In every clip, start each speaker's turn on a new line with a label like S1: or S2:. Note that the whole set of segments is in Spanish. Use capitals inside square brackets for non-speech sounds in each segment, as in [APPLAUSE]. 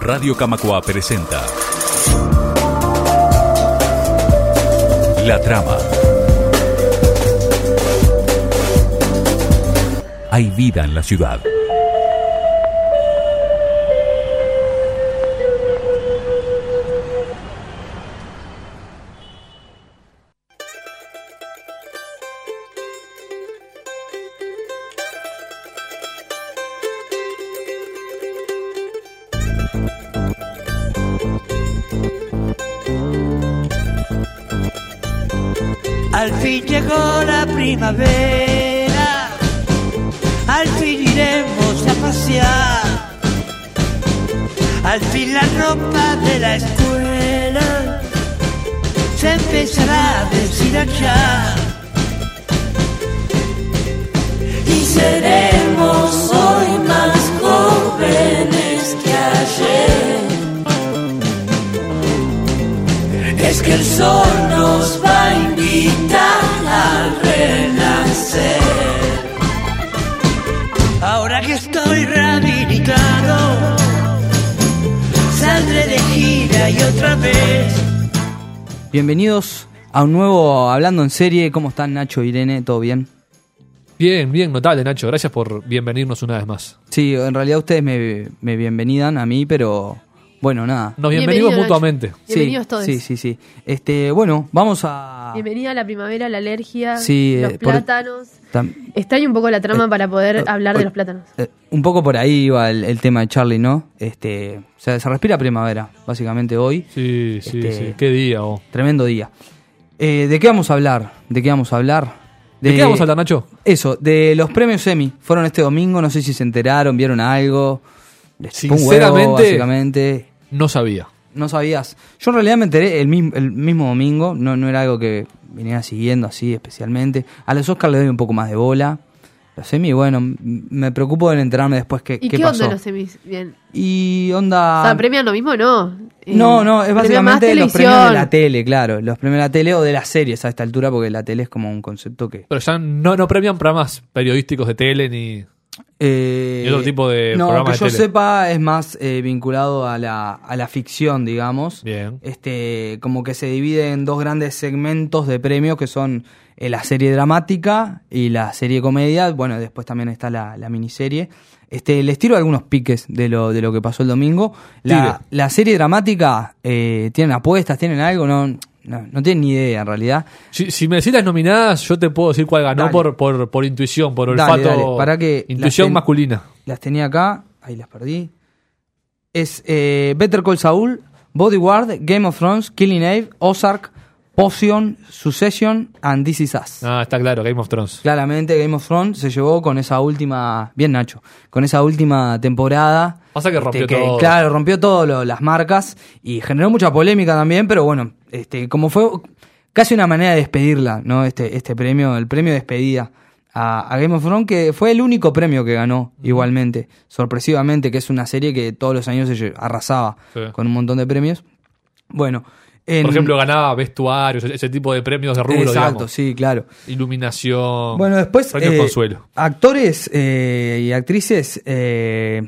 S1: Radio Camacua presenta La Trama. Hay vida en la ciudad.
S2: Al fin llegó la primavera, al fin iremos a pasear. Al fin la ropa de la escuela se empezará a deshilachar. Y seremos hoy más jóvenes que ayer. Es que el sol nos va a invitar al renacer. Ahora que estoy rehabilitado, saldré de gira y otra vez.
S3: Bienvenidos a un nuevo Hablando en Serie. ¿Cómo están Nacho, Irene? ¿Todo bien?
S4: Bien, bien, notable, Nacho. Gracias por bienvenirnos una vez más.
S3: Sí, en realidad ustedes me, me bienvenidan a mí, pero bueno, nada.
S4: Nos
S5: Bienvenido,
S4: bienvenimos
S5: Nacho.
S4: mutuamente.
S3: Sí,
S5: Bienvenidos todos.
S3: Sí, sí, sí. Este, bueno, vamos a...
S5: Bienvenida a la primavera, la alergia,
S3: Sí,
S5: los
S3: eh, por-
S5: plátanos.
S3: tam-
S5: Está ahí un poco la trama para poder hablar
S3: eh,
S5: de los plátanos.
S3: eh, un poco por ahí va el, el tema de Charlie, ¿no? Este, o sea, se respira primavera, básicamente hoy.
S4: Sí, sí,
S3: Este-
S4: sí. Qué día, vos.
S3: Tremendo día. Eh, ¿De qué vamos a hablar? ¿De qué vamos a hablar?
S4: ¿De qué vamos a hablar, Nacho?
S3: Eso, de los premios Emmy. Fueron este domingo, no sé si se enteraron, vieron algo. Les chupó un huevo,
S4: Sinceramente-
S3: básicamente.
S4: No sabía.
S3: No sabías. Yo en realidad me enteré el mismo, el mismo domingo, no, no era algo que viniera siguiendo así especialmente. A los Oscars le doy un poco más de bola. Los Emmy, bueno, m- me preocupo en enterarme después qué,
S5: ¿Y
S3: qué
S5: qué,
S3: pasó.
S5: onda los semis? Bien.
S3: Y
S5: o sea,
S3: onda...
S5: ¿premian lo mismo o no? Eh,
S3: no, no, es
S5: premia más
S3: básicamente los
S5: televisión.
S3: premios de la tele, claro. Los premios de la tele o de las series a esta altura, porque la tele es como un concepto que...
S4: Pero ya no, no premian programas periodísticos de tele ni.
S3: Eh,
S4: Y otro tipo de
S3: no,
S4: programa
S3: que
S4: de
S3: yo
S4: tele.
S3: sepa es más eh, vinculado a la, a la ficción, digamos.
S4: Bien.
S3: Este, como que se divide en dos grandes segmentos de premios que son eh, la serie dramática y la serie comedia. Bueno, después también está la, la miniserie. Este, les tiro algunos piques de lo, de lo que pasó el domingo. La,
S4: Tire.
S3: la serie dramática, eh, ¿tienen apuestas? ¿Tienen algo? No, no, no tienen ni idea en realidad.
S4: Si, si me decís las nominadas, yo te puedo decir cuál ganó
S3: Dale.
S4: por, por, por intuición, por
S3: Dale,
S4: olfato.
S3: dale, pará que
S4: intuición
S3: las ten-
S4: masculina.
S3: Las tenía acá, ahí las perdí. Es eh, Better Call Saul, Bodyguard, Game of Thrones, Killing Eve, Ozark, Potion, Succession and This Is Us.
S4: Ah, está claro, Game of Thrones.
S3: Claramente Game of Thrones se llevó con esa última, bien Nacho, con esa última temporada.
S4: Pasa que
S3: Este,
S4: rompió todo.
S3: Claro, rompió todo lo- las marcas y generó mucha polémica también, pero bueno, este, como fue casi una manera de despedirla, ¿no? Este, este premio, el premio de despedida a, a Game of Thrones, que fue el único premio que ganó igualmente, sorpresivamente, que es una serie que todos los años se lle- arrasaba
S4: Sí.
S3: con un montón de premios. Bueno, en-
S4: Por ejemplo, ganaba vestuarios, ese- ese tipo de premios de rubro,
S3: Exacto,
S4: digamos.
S3: sí, claro.
S4: Iluminación.
S3: Bueno, después.
S4: Premios
S3: eh,
S4: Oh, Consuelo.
S3: Actores eh, y actrices. eh,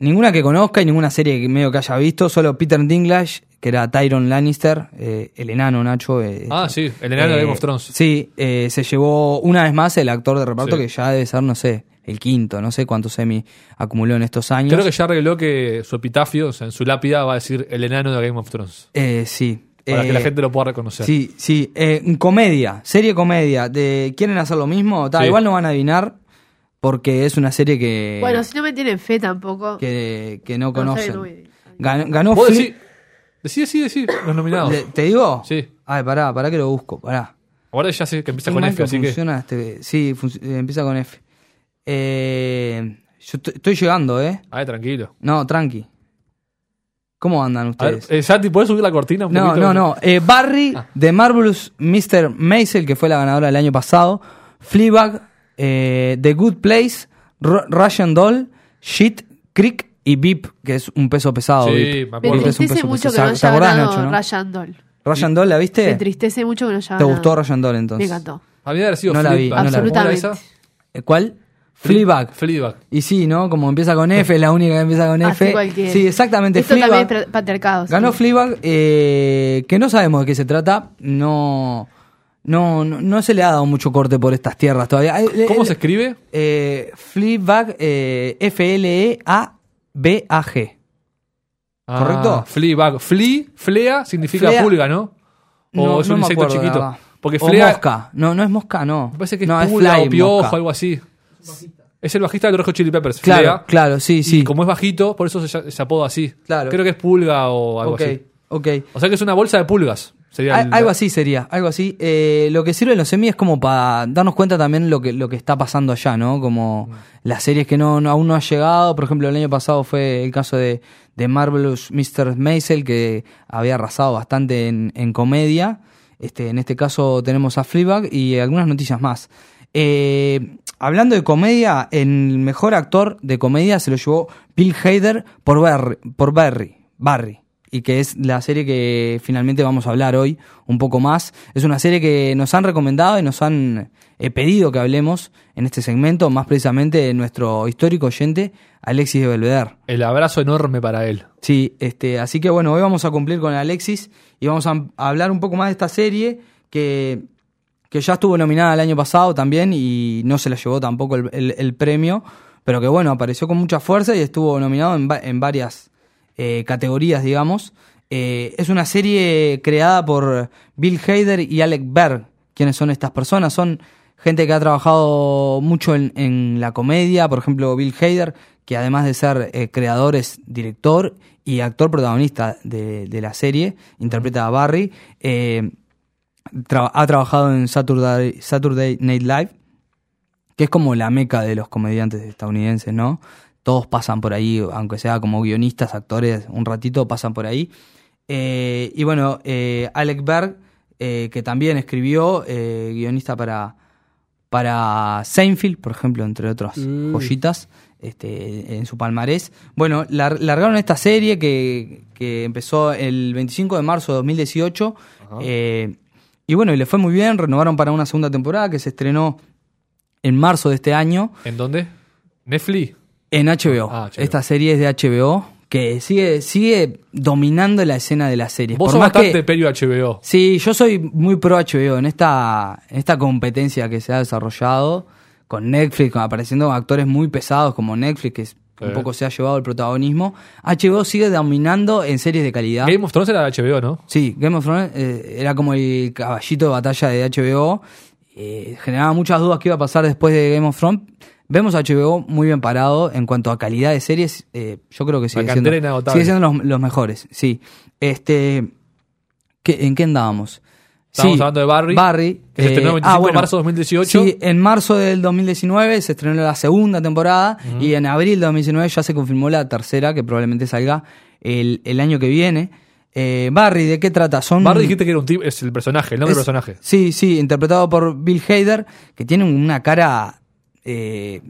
S3: ninguna que conozca y ninguna serie que medio que haya visto. Solo Peter Dinklage, que era Tyron Lannister, eh, el enano Nacho. eh,
S4: Ah, sí, el enano de Game of Thrones.
S3: Sí, eh, se llevó una vez más el actor de reparto
S4: Sí.
S3: que ya debe ser, no sé, el quinto. No sé cuántos semi acumuló en estos años.
S4: Creo que ya arregló que su epitafio, o sea, en su lápida, va a decir el enano de Game of Thrones.
S3: Eh, sí.
S4: Para que la
S3: Eh,
S4: gente lo pueda reconocer.
S3: Sí, sí. Eh, comedia, serie comedia. De, ¿Quieren hacer lo mismo? Ta,
S4: Sí.
S3: Igual no van a adivinar porque es una serie que...
S5: Bueno, si no me tienen fe tampoco.
S3: que, que no
S5: No sé,
S3: conocen.
S5: no voy a-
S3: Ganó, ganó
S4: ¿Vos
S3: Flip-
S4: decís? Decí, decí, decí, los nominados.
S3: Le- ¿Te digo?
S4: Sí.
S3: Ay, pará, pará que lo busco, pará.
S4: Ahora ya sé que empieza
S3: Qué
S4: con
S3: mal
S4: F,
S3: que
S4: así que.
S3: funciona este- Sí, func- eh, empieza con F. Eh, yo t- estoy llegando, ¿eh?
S4: Ay, tranquilo.
S3: No, tranqui. ¿Cómo andan
S4: A ver,
S3: ustedes?
S4: eh, Santi, ¿puedes subir la cortina un
S3: no,
S4: poquito?
S3: no, no. Eh, Barry,
S4: Ah.
S3: The Marvelous Mr. Maisel, que fue la ganadora del año pasado. Fleabag, eh, The Good Place, Ru- Russian Doll, Shit, Creek y Beep, que es un peso pesado.
S4: Sí,
S3: Veep.
S4: me
S5: Me
S3: Beep
S4: acuerdo.
S3: este es un
S5: entristece
S3: peso
S5: mucho que
S3: pesado.
S5: no
S3: ¿Te
S5: haya
S3: acordás,
S5: ganado
S3: Nacho, no?
S5: Ryan Doll.
S3: Ryan Doll, ¿la
S5: Me
S3: viste?
S5: entristece mucho que no haya
S3: ¿Te
S5: ganado.
S3: gustó Ryan Doll entonces?
S5: Me encantó.
S4: A mí me hubiera sido
S3: No la vi,
S4: Flipback.
S3: no la vi.
S4: ¿Cómo era
S5: Absolutamente.
S4: esa?
S3: Eh, ¿Cuál? Fleabag.
S4: Fleabag.
S3: Y sí, ¿no? Como empieza con F, es la única que empieza con
S5: Así
S3: F.
S5: Ah, cualquiera.
S3: Sí, exactamente.
S5: Esto
S3: Fleabag.
S5: también es patriarcado. sí.
S3: Ganó Fleabag, eh, que no sabemos de qué se trata. No, no, no, no se le ha dado mucho corte por estas tierras todavía. Eh, eh,
S4: ¿Cómo
S3: eh,
S4: se escribe?
S3: Eh, Fleabag, eh, F-L-E-A-B-A-G.
S4: Ah,
S3: ¿Correcto?
S4: Fleabag. Flea, flea significa
S3: Flea.
S4: pulga, ¿no? O
S3: No,
S4: es
S3: no
S4: un
S3: me
S4: insecto
S3: acuerdo, la
S4: chiquito.
S3: verdad.
S4: Porque
S3: O
S4: flea.
S3: mosca. No, no es mosca, no.
S4: Me parece que es
S3: no,
S4: pulga
S3: fly
S4: o piojo,
S3: mosca.
S4: algo así. Es el bajista de los Red Hot Chili Peppers.
S3: Claro,
S4: Flea.
S3: claro, sí,
S4: Y
S3: sí.
S4: como es bajito, por eso se, ll- se apoda así.
S3: Claro.
S4: Creo que es pulga o algo
S3: Ok,
S4: así.
S3: ok.
S4: O sea que es una bolsa de pulgas. Sería
S3: Al-
S4: el-
S3: algo así sería, algo así. Eh, lo que sirve en los semis es como para darnos cuenta también lo que, lo que está pasando allá, ¿no?
S4: Mm.
S3: Como las series que no, no- aún no han llegado. Por ejemplo, el año pasado fue el caso de, de Marvelous Mr. Maisel, que había arrasado bastante en, en comedia. Este, en este caso tenemos a Fleabag y algunas noticias más. Eh, hablando de comedia, el mejor actor de comedia se lo llevó Bill Hader por Barry. Por Barry. Barry y que es la serie que finalmente vamos a hablar hoy un poco más. Es una serie que nos han recomendado y nos han eh, pedido que hablemos en este segmento, más precisamente de nuestro histórico oyente Alexis de Belvedere.
S4: El abrazo enorme para él.
S3: Sí, este, así que bueno, hoy vamos a cumplir con Alexis y vamos a, a hablar un poco más de esta serie que, que ya estuvo nominada el año pasado también y no se la llevó tampoco el, el- el premio, pero que bueno, apareció con mucha fuerza y estuvo nominado en, va- en varias eh, categorías, digamos. Eh, es una serie creada por Bill Hader y Alec Berg. ¿Quiénes son estas personas? Son gente que ha trabajado mucho en, en la comedia, por ejemplo Bill Hader, que además de ser eh, creador es director y actor protagonista de, de la serie, interpreta a Barry. Eh, tra- ha trabajado en Saturday, Saturday Night Live, que es como la meca de los comediantes estadounidenses, ¿no? Todos pasan por ahí, aunque sea como guionistas, actores, un ratito pasan por ahí. Eh, y bueno, eh, Alec Berg, eh, que también escribió, eh, guionista para, para Seinfeld, por ejemplo, entre otras
S4: Mm.
S3: joyitas, este, en su palmarés. Bueno, lar- largaron esta serie que, que empezó el 25 de marzo de 2018. eh, y bueno, y le fue muy bien, renovaron para una segunda temporada que se estrenó en marzo de este año.
S4: ¿En dónde? Netflix.
S3: En HBO.
S4: Ah, HBO.
S3: Esta serie es de HBO que sigue, sigue dominando la escena de las series.
S4: Vos
S3: Por
S4: sos
S3: más que-
S4: bastante perio HBO.
S3: Sí, yo soy muy pro HBO en esta, en esta competencia que se ha desarrollado con Netflix, con- apareciendo actores muy pesados como Netflix, que es- un
S4: Sí.
S3: poco se ha llevado el protagonismo. HBO sigue dominando en series de calidad.
S4: Game of Thrones era de HBO, ¿no?
S3: Sí, Game of Thrones eh, era como el caballito de batalla de HBO. eh, generaba muchas dudas qué iba a pasar después de Game of Thrones. Vemos a HBO muy bien parado en cuanto a calidad de series. eh, yo creo que sigue siendo,
S4: cantera inagotable.
S3: sigue siendo los, los mejores. Sí. Este, ¿qué- ¿En qué andábamos? eh,
S4: Estábamos hablando de Barry, que se estrenó el 25 de marzo de 2018.
S3: ah, Sí, en marzo del 2019 se estrenó la segunda temporada y en abril de 2019 ya se confirmó la tercera, que probablemente salga el, el año que viene. Eh, Barry, ¿de qué trata? Son
S4: Barry dijiste que era un tipo, es el personaje, el nombre del
S3: Mm. es-
S4: personaje.
S3: Sí, sí, interpretado por Bill Hader, que tiene una cara eh,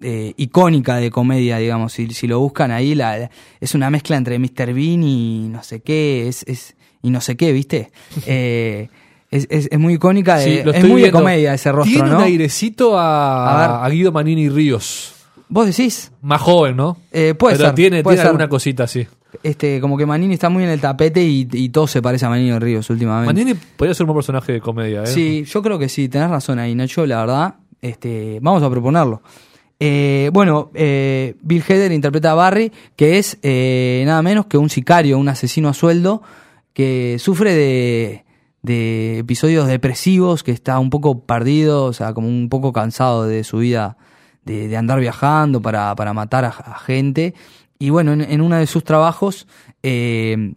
S3: eh, icónica de comedia, digamos. Si, si lo buscan ahí, la, la- es una mezcla entre Mr. Bean y no sé qué, es, es- y no sé qué,
S4: [LAUGHS]
S3: ¿viste? Eh, es, es- es muy icónica, de-
S4: Sí,
S3: eh,
S4: lo
S3: es
S4: estoy
S3: muy
S4: viendo.
S3: de comedia ese rostro,
S4: Tiene
S3: ¿no?
S4: un airecito a,
S3: A ver.
S4: a Guido Manini Ríos.
S3: Vos decís,
S4: Más joven, ¿no?
S3: Eh, puede
S4: Pero
S3: ser,
S4: tiene,
S3: puede
S4: tiene
S3: ser.
S4: alguna cosita así.
S3: este, como que Manini está muy en el tapete y, y todo se parece a Manini Ríos últimamente.
S4: Manini podría ser un buen personaje de comedia, ¿eh?
S3: Sí, yo creo que sí, tenés razón ahí, Nacho, la verdad. Este, vamos a proponerlo. Eh, bueno, eh, Bill Hader interpreta a Barry, que es eh, nada menos que un sicario, un asesino a sueldo, que sufre de, de episodios depresivos, que está un poco perdido, o sea, como un poco cansado de su vida de, de andar viajando para, para matar a, a gente. Y bueno, en, en uno de sus trabajos... eh,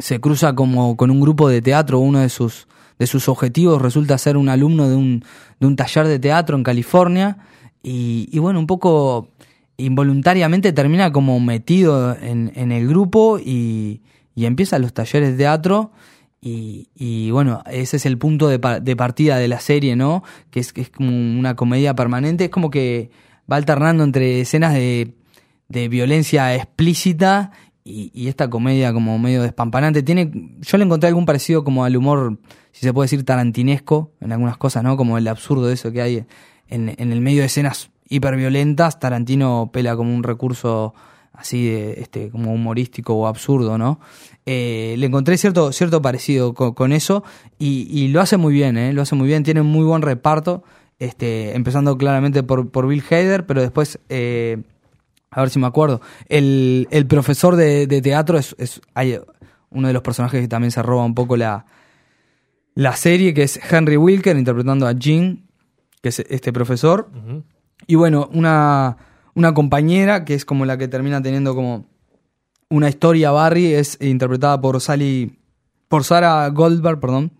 S3: se cruza como con un grupo de teatro, uno de sus, de sus objetivos resulta ser un alumno de un, de un taller de teatro en California y, y bueno, un poco involuntariamente termina como metido en, en el grupo y, y empieza los talleres de teatro y, y bueno, ese es el punto de, pa- de partida de la serie, ¿no? Que es, que es como una comedia permanente, es como que va alternando entre escenas de, de violencia explícita y, y esta comedia como medio despampanante. Tiene, yo le encontré algún parecido como al humor, si se puede decir, tarantinesco en algunas cosas, ¿no? Como el absurdo de eso que hay en, en el medio de escenas hiperviolentas, Tarantino pela como un recurso así de, este, como humorístico o absurdo, ¿no? Eh, le encontré cierto, cierto parecido co- con, eso y, y lo hace muy bien, ¿eh? Lo hace muy bien, tiene un muy buen reparto, este, empezando claramente por, por Bill Hader, pero después... eh, a ver si me acuerdo. El, el profesor de, de teatro es, es- hay uno de los personajes que también se roba un poco la, la serie, que es Henry Wilker interpretando a Jean, que es este profesor. Y bueno, una, una compañera que es como la que termina teniendo como una historia Barry, es interpretada por Sally, por Sarah Goldberg, perdón,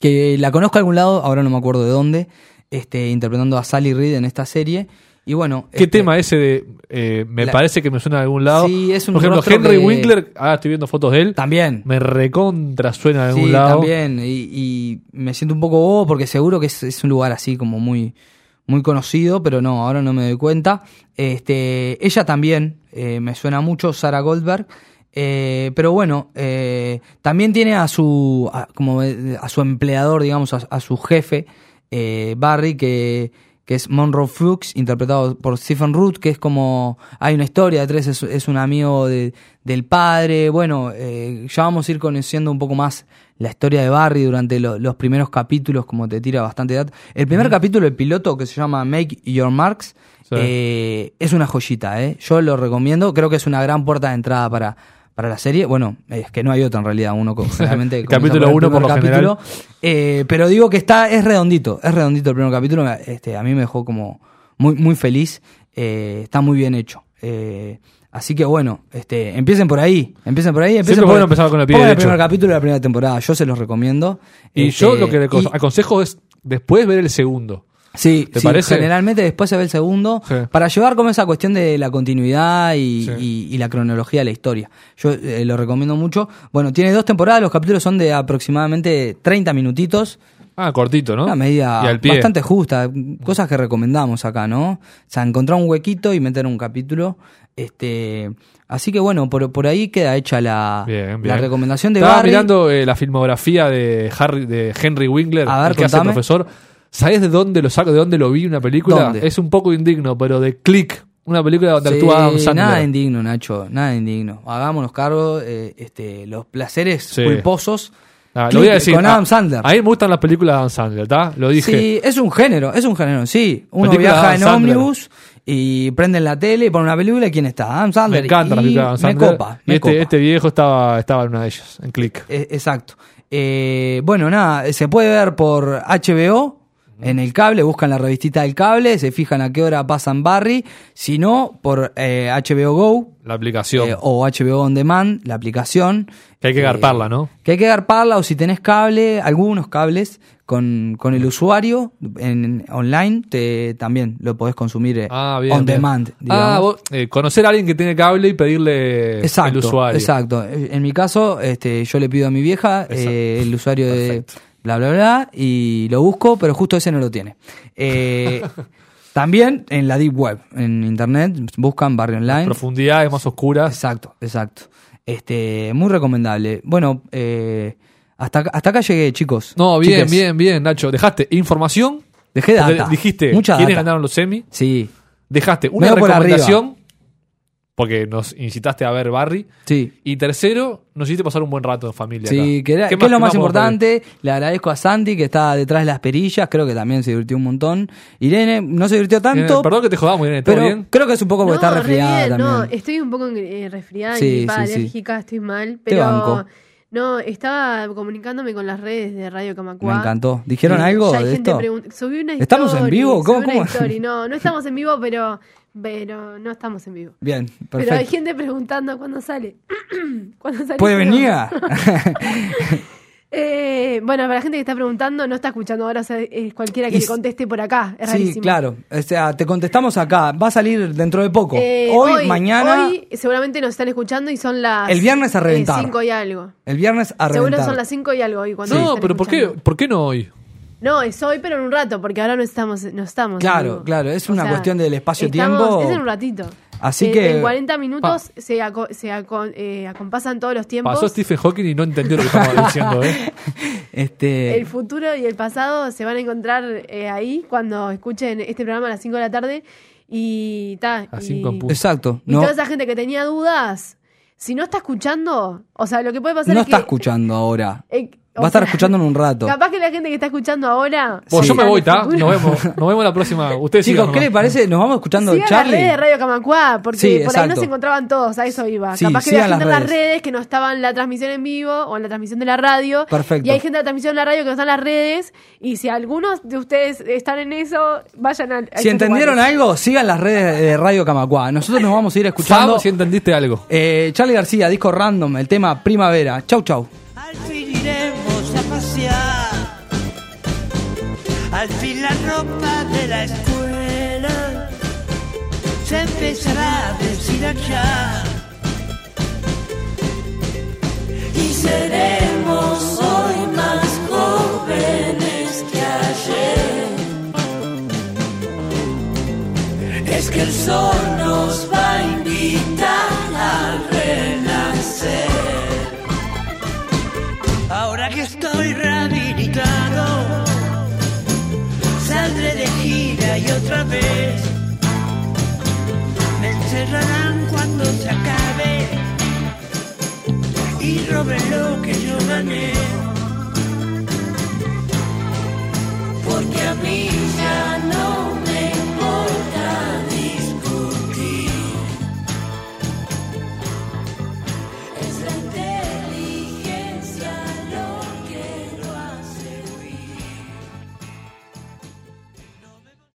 S3: que la conozco a algún lado, ahora no me acuerdo de dónde, este, interpretando a Sally Reed en esta serie. Y bueno,
S4: ¿Qué
S3: este,
S4: tema ese de. eh, me
S3: La-
S4: parece que me suena de algún lado.
S3: Sí, es un
S4: Por ejemplo,
S3: rostro
S4: Henry
S3: que-
S4: Winkler. Ahora estoy viendo fotos de él.
S3: También.
S4: Me recontra suena de algún
S3: Sí,
S4: lado.
S3: también. Y, y me siento un poco bobo porque seguro que es, es un lugar así como muy, muy conocido, pero no, ahora no me doy cuenta. Este, ella también eh, me suena mucho, Sara Goldberg. Eh, pero bueno, eh, también tiene a su, a- como eh, a su empleador, digamos, a, a su jefe, eh, Barry, que, que es Monroe Fuchs, interpretado por Stephen Root, que es como, hay una historia de tres, es, es un amigo de- del padre, bueno, eh, ya vamos a ir conociendo un poco más la historia de Barry durante lo- los primeros capítulos, como te tira bastante edad. El primer capítulo, el piloto, que se llama Make Your Marks,
S4: Sí.
S3: eh, es una joyita, ¿eh? yo lo recomiendo, creo que es una gran puerta de entrada para... Para la serie, bueno, es que no hay otra en realidad, uno
S4: [LAUGHS]
S3: co- generalmente...
S4: El
S3: comienza
S4: capítulo
S3: el
S4: uno, por
S3: primer
S4: lo general.
S3: eh, pero digo que está, es redondito, es redondito el primer capítulo. Este, a mí me dejó como muy, muy feliz. eh, está muy bien hecho. Eh, así que bueno, este, empiecen por ahí. Empiecen por ahí. Empiecen
S4: Siempre
S3: por
S4: bueno empezar con el pie
S3: pongan
S4: derecho.
S3: primer capítulo de la primera temporada. Yo se los recomiendo.
S4: Y
S3: Este,
S4: yo lo que le aco-
S3: y-
S4: aconsejo es después ver el segundo.
S3: Sí,
S4: ¿Te
S3: sí,
S4: parece?
S3: generalmente después se ve el segundo.
S4: Sí.
S3: Para llevar como esa cuestión de la continuidad y,
S4: Sí.
S3: y- y la cronología de la historia. Yo eh, lo recomiendo mucho. Bueno, tiene dos temporadas. Los capítulos son de aproximadamente 30 minutitos.
S4: Ah, cortito, ¿no?
S3: Una
S4: Y
S3: medida
S4: al pie.
S3: bastante justa, cosas que recomendamos acá, ¿no? O sea, encontrar un huequito y meter un capítulo. Este, así que bueno, por, por ahí queda hecha la,
S4: Bien, bien.
S3: la recomendación de
S4: Estaba
S3: Barry.
S4: mirando eh, la filmografía de, Harry, de Henry Winkler,
S3: A ver,
S4: el que hace
S3: contame.
S4: profesor. ¿Sabés de dónde lo saco? ¿De dónde lo vi una película?
S3: ¿Dónde?
S4: Es un poco indigno, pero de Click, una película donde
S3: Sí,
S4: actúa Adam Sandler.
S3: nada indigno, Nacho, nada indigno. Hagámonos cargo eh, este, los placeres
S4: Sí.
S3: culposos.
S4: Ah, lo voy a decir.
S3: Con Adam
S4: Ah,
S3: Sandler.
S4: A mí me gustan las películas de Adam Sandler, ¿está? Lo dije.
S3: Sí, es un género, es un género, sí. Uno
S4: Película de
S3: viaja
S4: Adam
S3: en
S4: Sandler.
S3: ómnibus y prenden la tele y ponen una película y ¿quién está? Adam
S4: me
S3: Sandler.
S4: encantan las
S3: Y
S4: películas de Adam Sandler.
S3: Me copa,
S4: y
S3: me
S4: este,
S3: copa.
S4: este viejo estaba, estaba en una de ellas, en Click.
S3: E- exacto. Eh, bueno, nada, se puede ver por HBO en el cable, buscan la revistita del cable, se fijan a qué hora pasan Barry, si no, por eh, HBO Go
S4: La aplicación.
S3: eh, o HBO On Demand, la aplicación.
S4: que hay que
S3: Eh,
S4: garparla, ¿no?
S3: que hay que garparla o si tenés cable, algunos cables con, con el usuario en, online, te, también lo podés consumir eh,
S4: Ah, bien.
S3: on
S4: bien.
S3: demand. Digamos.
S4: Ah, vos, eh, conocer a alguien que tiene cable y pedirle
S3: Exacto,
S4: eh, el usuario.
S3: Exacto. En mi caso, este, yo le pido a mi vieja eh, el usuario de bla bla bla y lo busco, pero justo ese no lo tiene.
S4: [LAUGHS]
S3: Eh, también en la deep web, en internet, buscan barrio online.
S4: Profundidades más oscuras.
S3: Exacto, exacto. Este, muy recomendable. Bueno, eh, hasta, acá- hasta acá llegué, chicos.
S4: No, bien,
S3: Chiques.
S4: bien, bien, Nacho. Dejaste información.
S3: Dejé
S4: porque
S3: data.
S4: Dijiste
S3: Mucha
S4: quiénes
S3: data.
S4: ganaron los semi.
S3: Sí,
S4: Dejaste una
S3: Medio por
S4: recomendación. porque nos incitaste a ver Barry.
S3: sí.
S4: Y tercero, nos hiciste pasar un buen rato en familia.
S3: Sí,
S4: acá.
S3: que, era-
S4: ¿Qué
S3: que es lo
S4: qué
S3: más
S4: podemos pedir?
S3: importante. Le agradezco a Santi, que está detrás de las perillas. Creo que también se divirtió un montón. Irene no se divirtió tanto.
S4: Eh, perdón que te jodamos, Irene, ¿todo
S3: pero
S4: bien?
S3: creo que es un poco porque está
S5: re
S3: resfriada
S5: bien,
S3: también.
S5: No, estoy un poco eh, resfriada,
S3: Sí,
S5: gripada,
S3: sí, sí.
S5: alérgica, estoy mal,
S3: Te
S5: pero
S3: banco.
S5: no, estaba comunicándome con las redes de Radio Camacua.
S3: Me encantó. ¿Dijeron
S5: Y
S3: algo
S5: eh, ya hay
S3: de
S5: gente
S3: esto?
S5: pregun- Subí una
S3: ¿Estamos en
S5: story,
S3: vivo? ¿Cómo-
S5: subí una
S3: cómo?
S5: story. No, no estamos en vivo, pero, pero no estamos en vivo.
S3: [LAUGHS] Bien,
S5: Pero hay
S3: perfecto.
S5: gente preguntando cuándo sale. [CLEARS THROAT] ¿Cuándo sale
S3: ¿Puede
S5: Seba? [LAUGHS]
S3: venir?
S5: Eh, bueno, para la gente que está preguntando, no está escuchando ahora, o sea, es cualquiera que
S3: Y
S5: le
S3: s-
S5: conteste por acá. Es
S3: sí,
S5: rarísimo.
S3: claro. O sea, te contestamos acá. Va a salir dentro de poco.
S5: Eh,
S3: hoy, mañana,
S5: Hoy seguramente nos están escuchando y son las.
S3: El viernes a reventar.
S5: 5 y algo.
S3: el viernes a
S5: Seguro
S3: reventar.
S5: son las 5 y algo hoy. Cuando nos
S4: No,
S5: están
S4: pero ¿por qué,
S5: escuchando.
S4: ¿por qué no hoy?
S5: No, es hoy, pero en un rato, porque ahora no estamos. No estamos en
S3: Claro,
S5: vivo.
S3: claro, es una cuestión del espacio-tiempo.
S5: estamos- Es en un ratito.
S3: Así
S5: Eh,
S3: que.
S5: En 40 minutos se, aco- se aco- eh, acompasan todos los tiempos.
S4: Pasó Stephen Hawking y no entendió lo que
S5: [LAUGHS]
S4: estaba diciendo, ¿eh?
S3: [LAUGHS] Este,
S5: El futuro y el pasado se van a encontrar eh, ahí cuando escuchen este programa a las 5 de la tarde. Y ta,
S4: A
S5: y-
S4: cinco en punto.
S3: exacto.
S5: Y
S3: No,
S5: toda esa gente que tenía dudas, si no está escuchando, o sea, lo que puede pasar
S3: no
S5: es
S3: está
S5: que.
S3: escuchando ahora.
S5: [LAUGHS] eh, o
S3: Va a estar
S5: sea,
S3: escuchando en un rato.
S5: Capaz que la gente que está escuchando ahora.
S4: Bueno,
S3: Sí.
S4: Pues yo me voy, ¿tá?
S5: Futuro.
S4: Nos vemos. Nos vemos la próxima. Ustedes
S3: Chicos,
S4: sigan
S3: ¿qué les
S4: nomás.
S3: parece? Nos vamos escuchando
S5: Sigan las
S3: Charlie.
S5: redes de Radio Camacuá, porque
S3: Sí,
S5: por ahí no
S3: exacto.
S5: se encontraban todos, a eso iba.
S3: Sí,
S5: Capaz que
S3: sigan
S5: había gente
S3: las
S5: en las
S3: redes.
S5: redes que no estaba en la transmisión en vivo o en la transmisión de la radio.
S3: Perfecto.
S5: Y hay gente de la transmisión de la radio que no está en las redes. Y si algunos de ustedes están en eso, vayan al.
S3: Si entendieron algo, sigan las redes de Radio Camacua. Nosotros nos vamos a ir escuchando.
S4: Fab, si entendiste algo.
S3: Eh, Charlie García, disco random, el tema Primavera. Chau, chau.
S2: Al fin iremos a pasear. Al fin la ropa de la escuela se empezará a deshilachar. Y seremos hoy más jóvenes que ayer. Es que el sol nos va a invitar a renacer. Ahora que estoy rehabilitado, saldré de gira y otra vez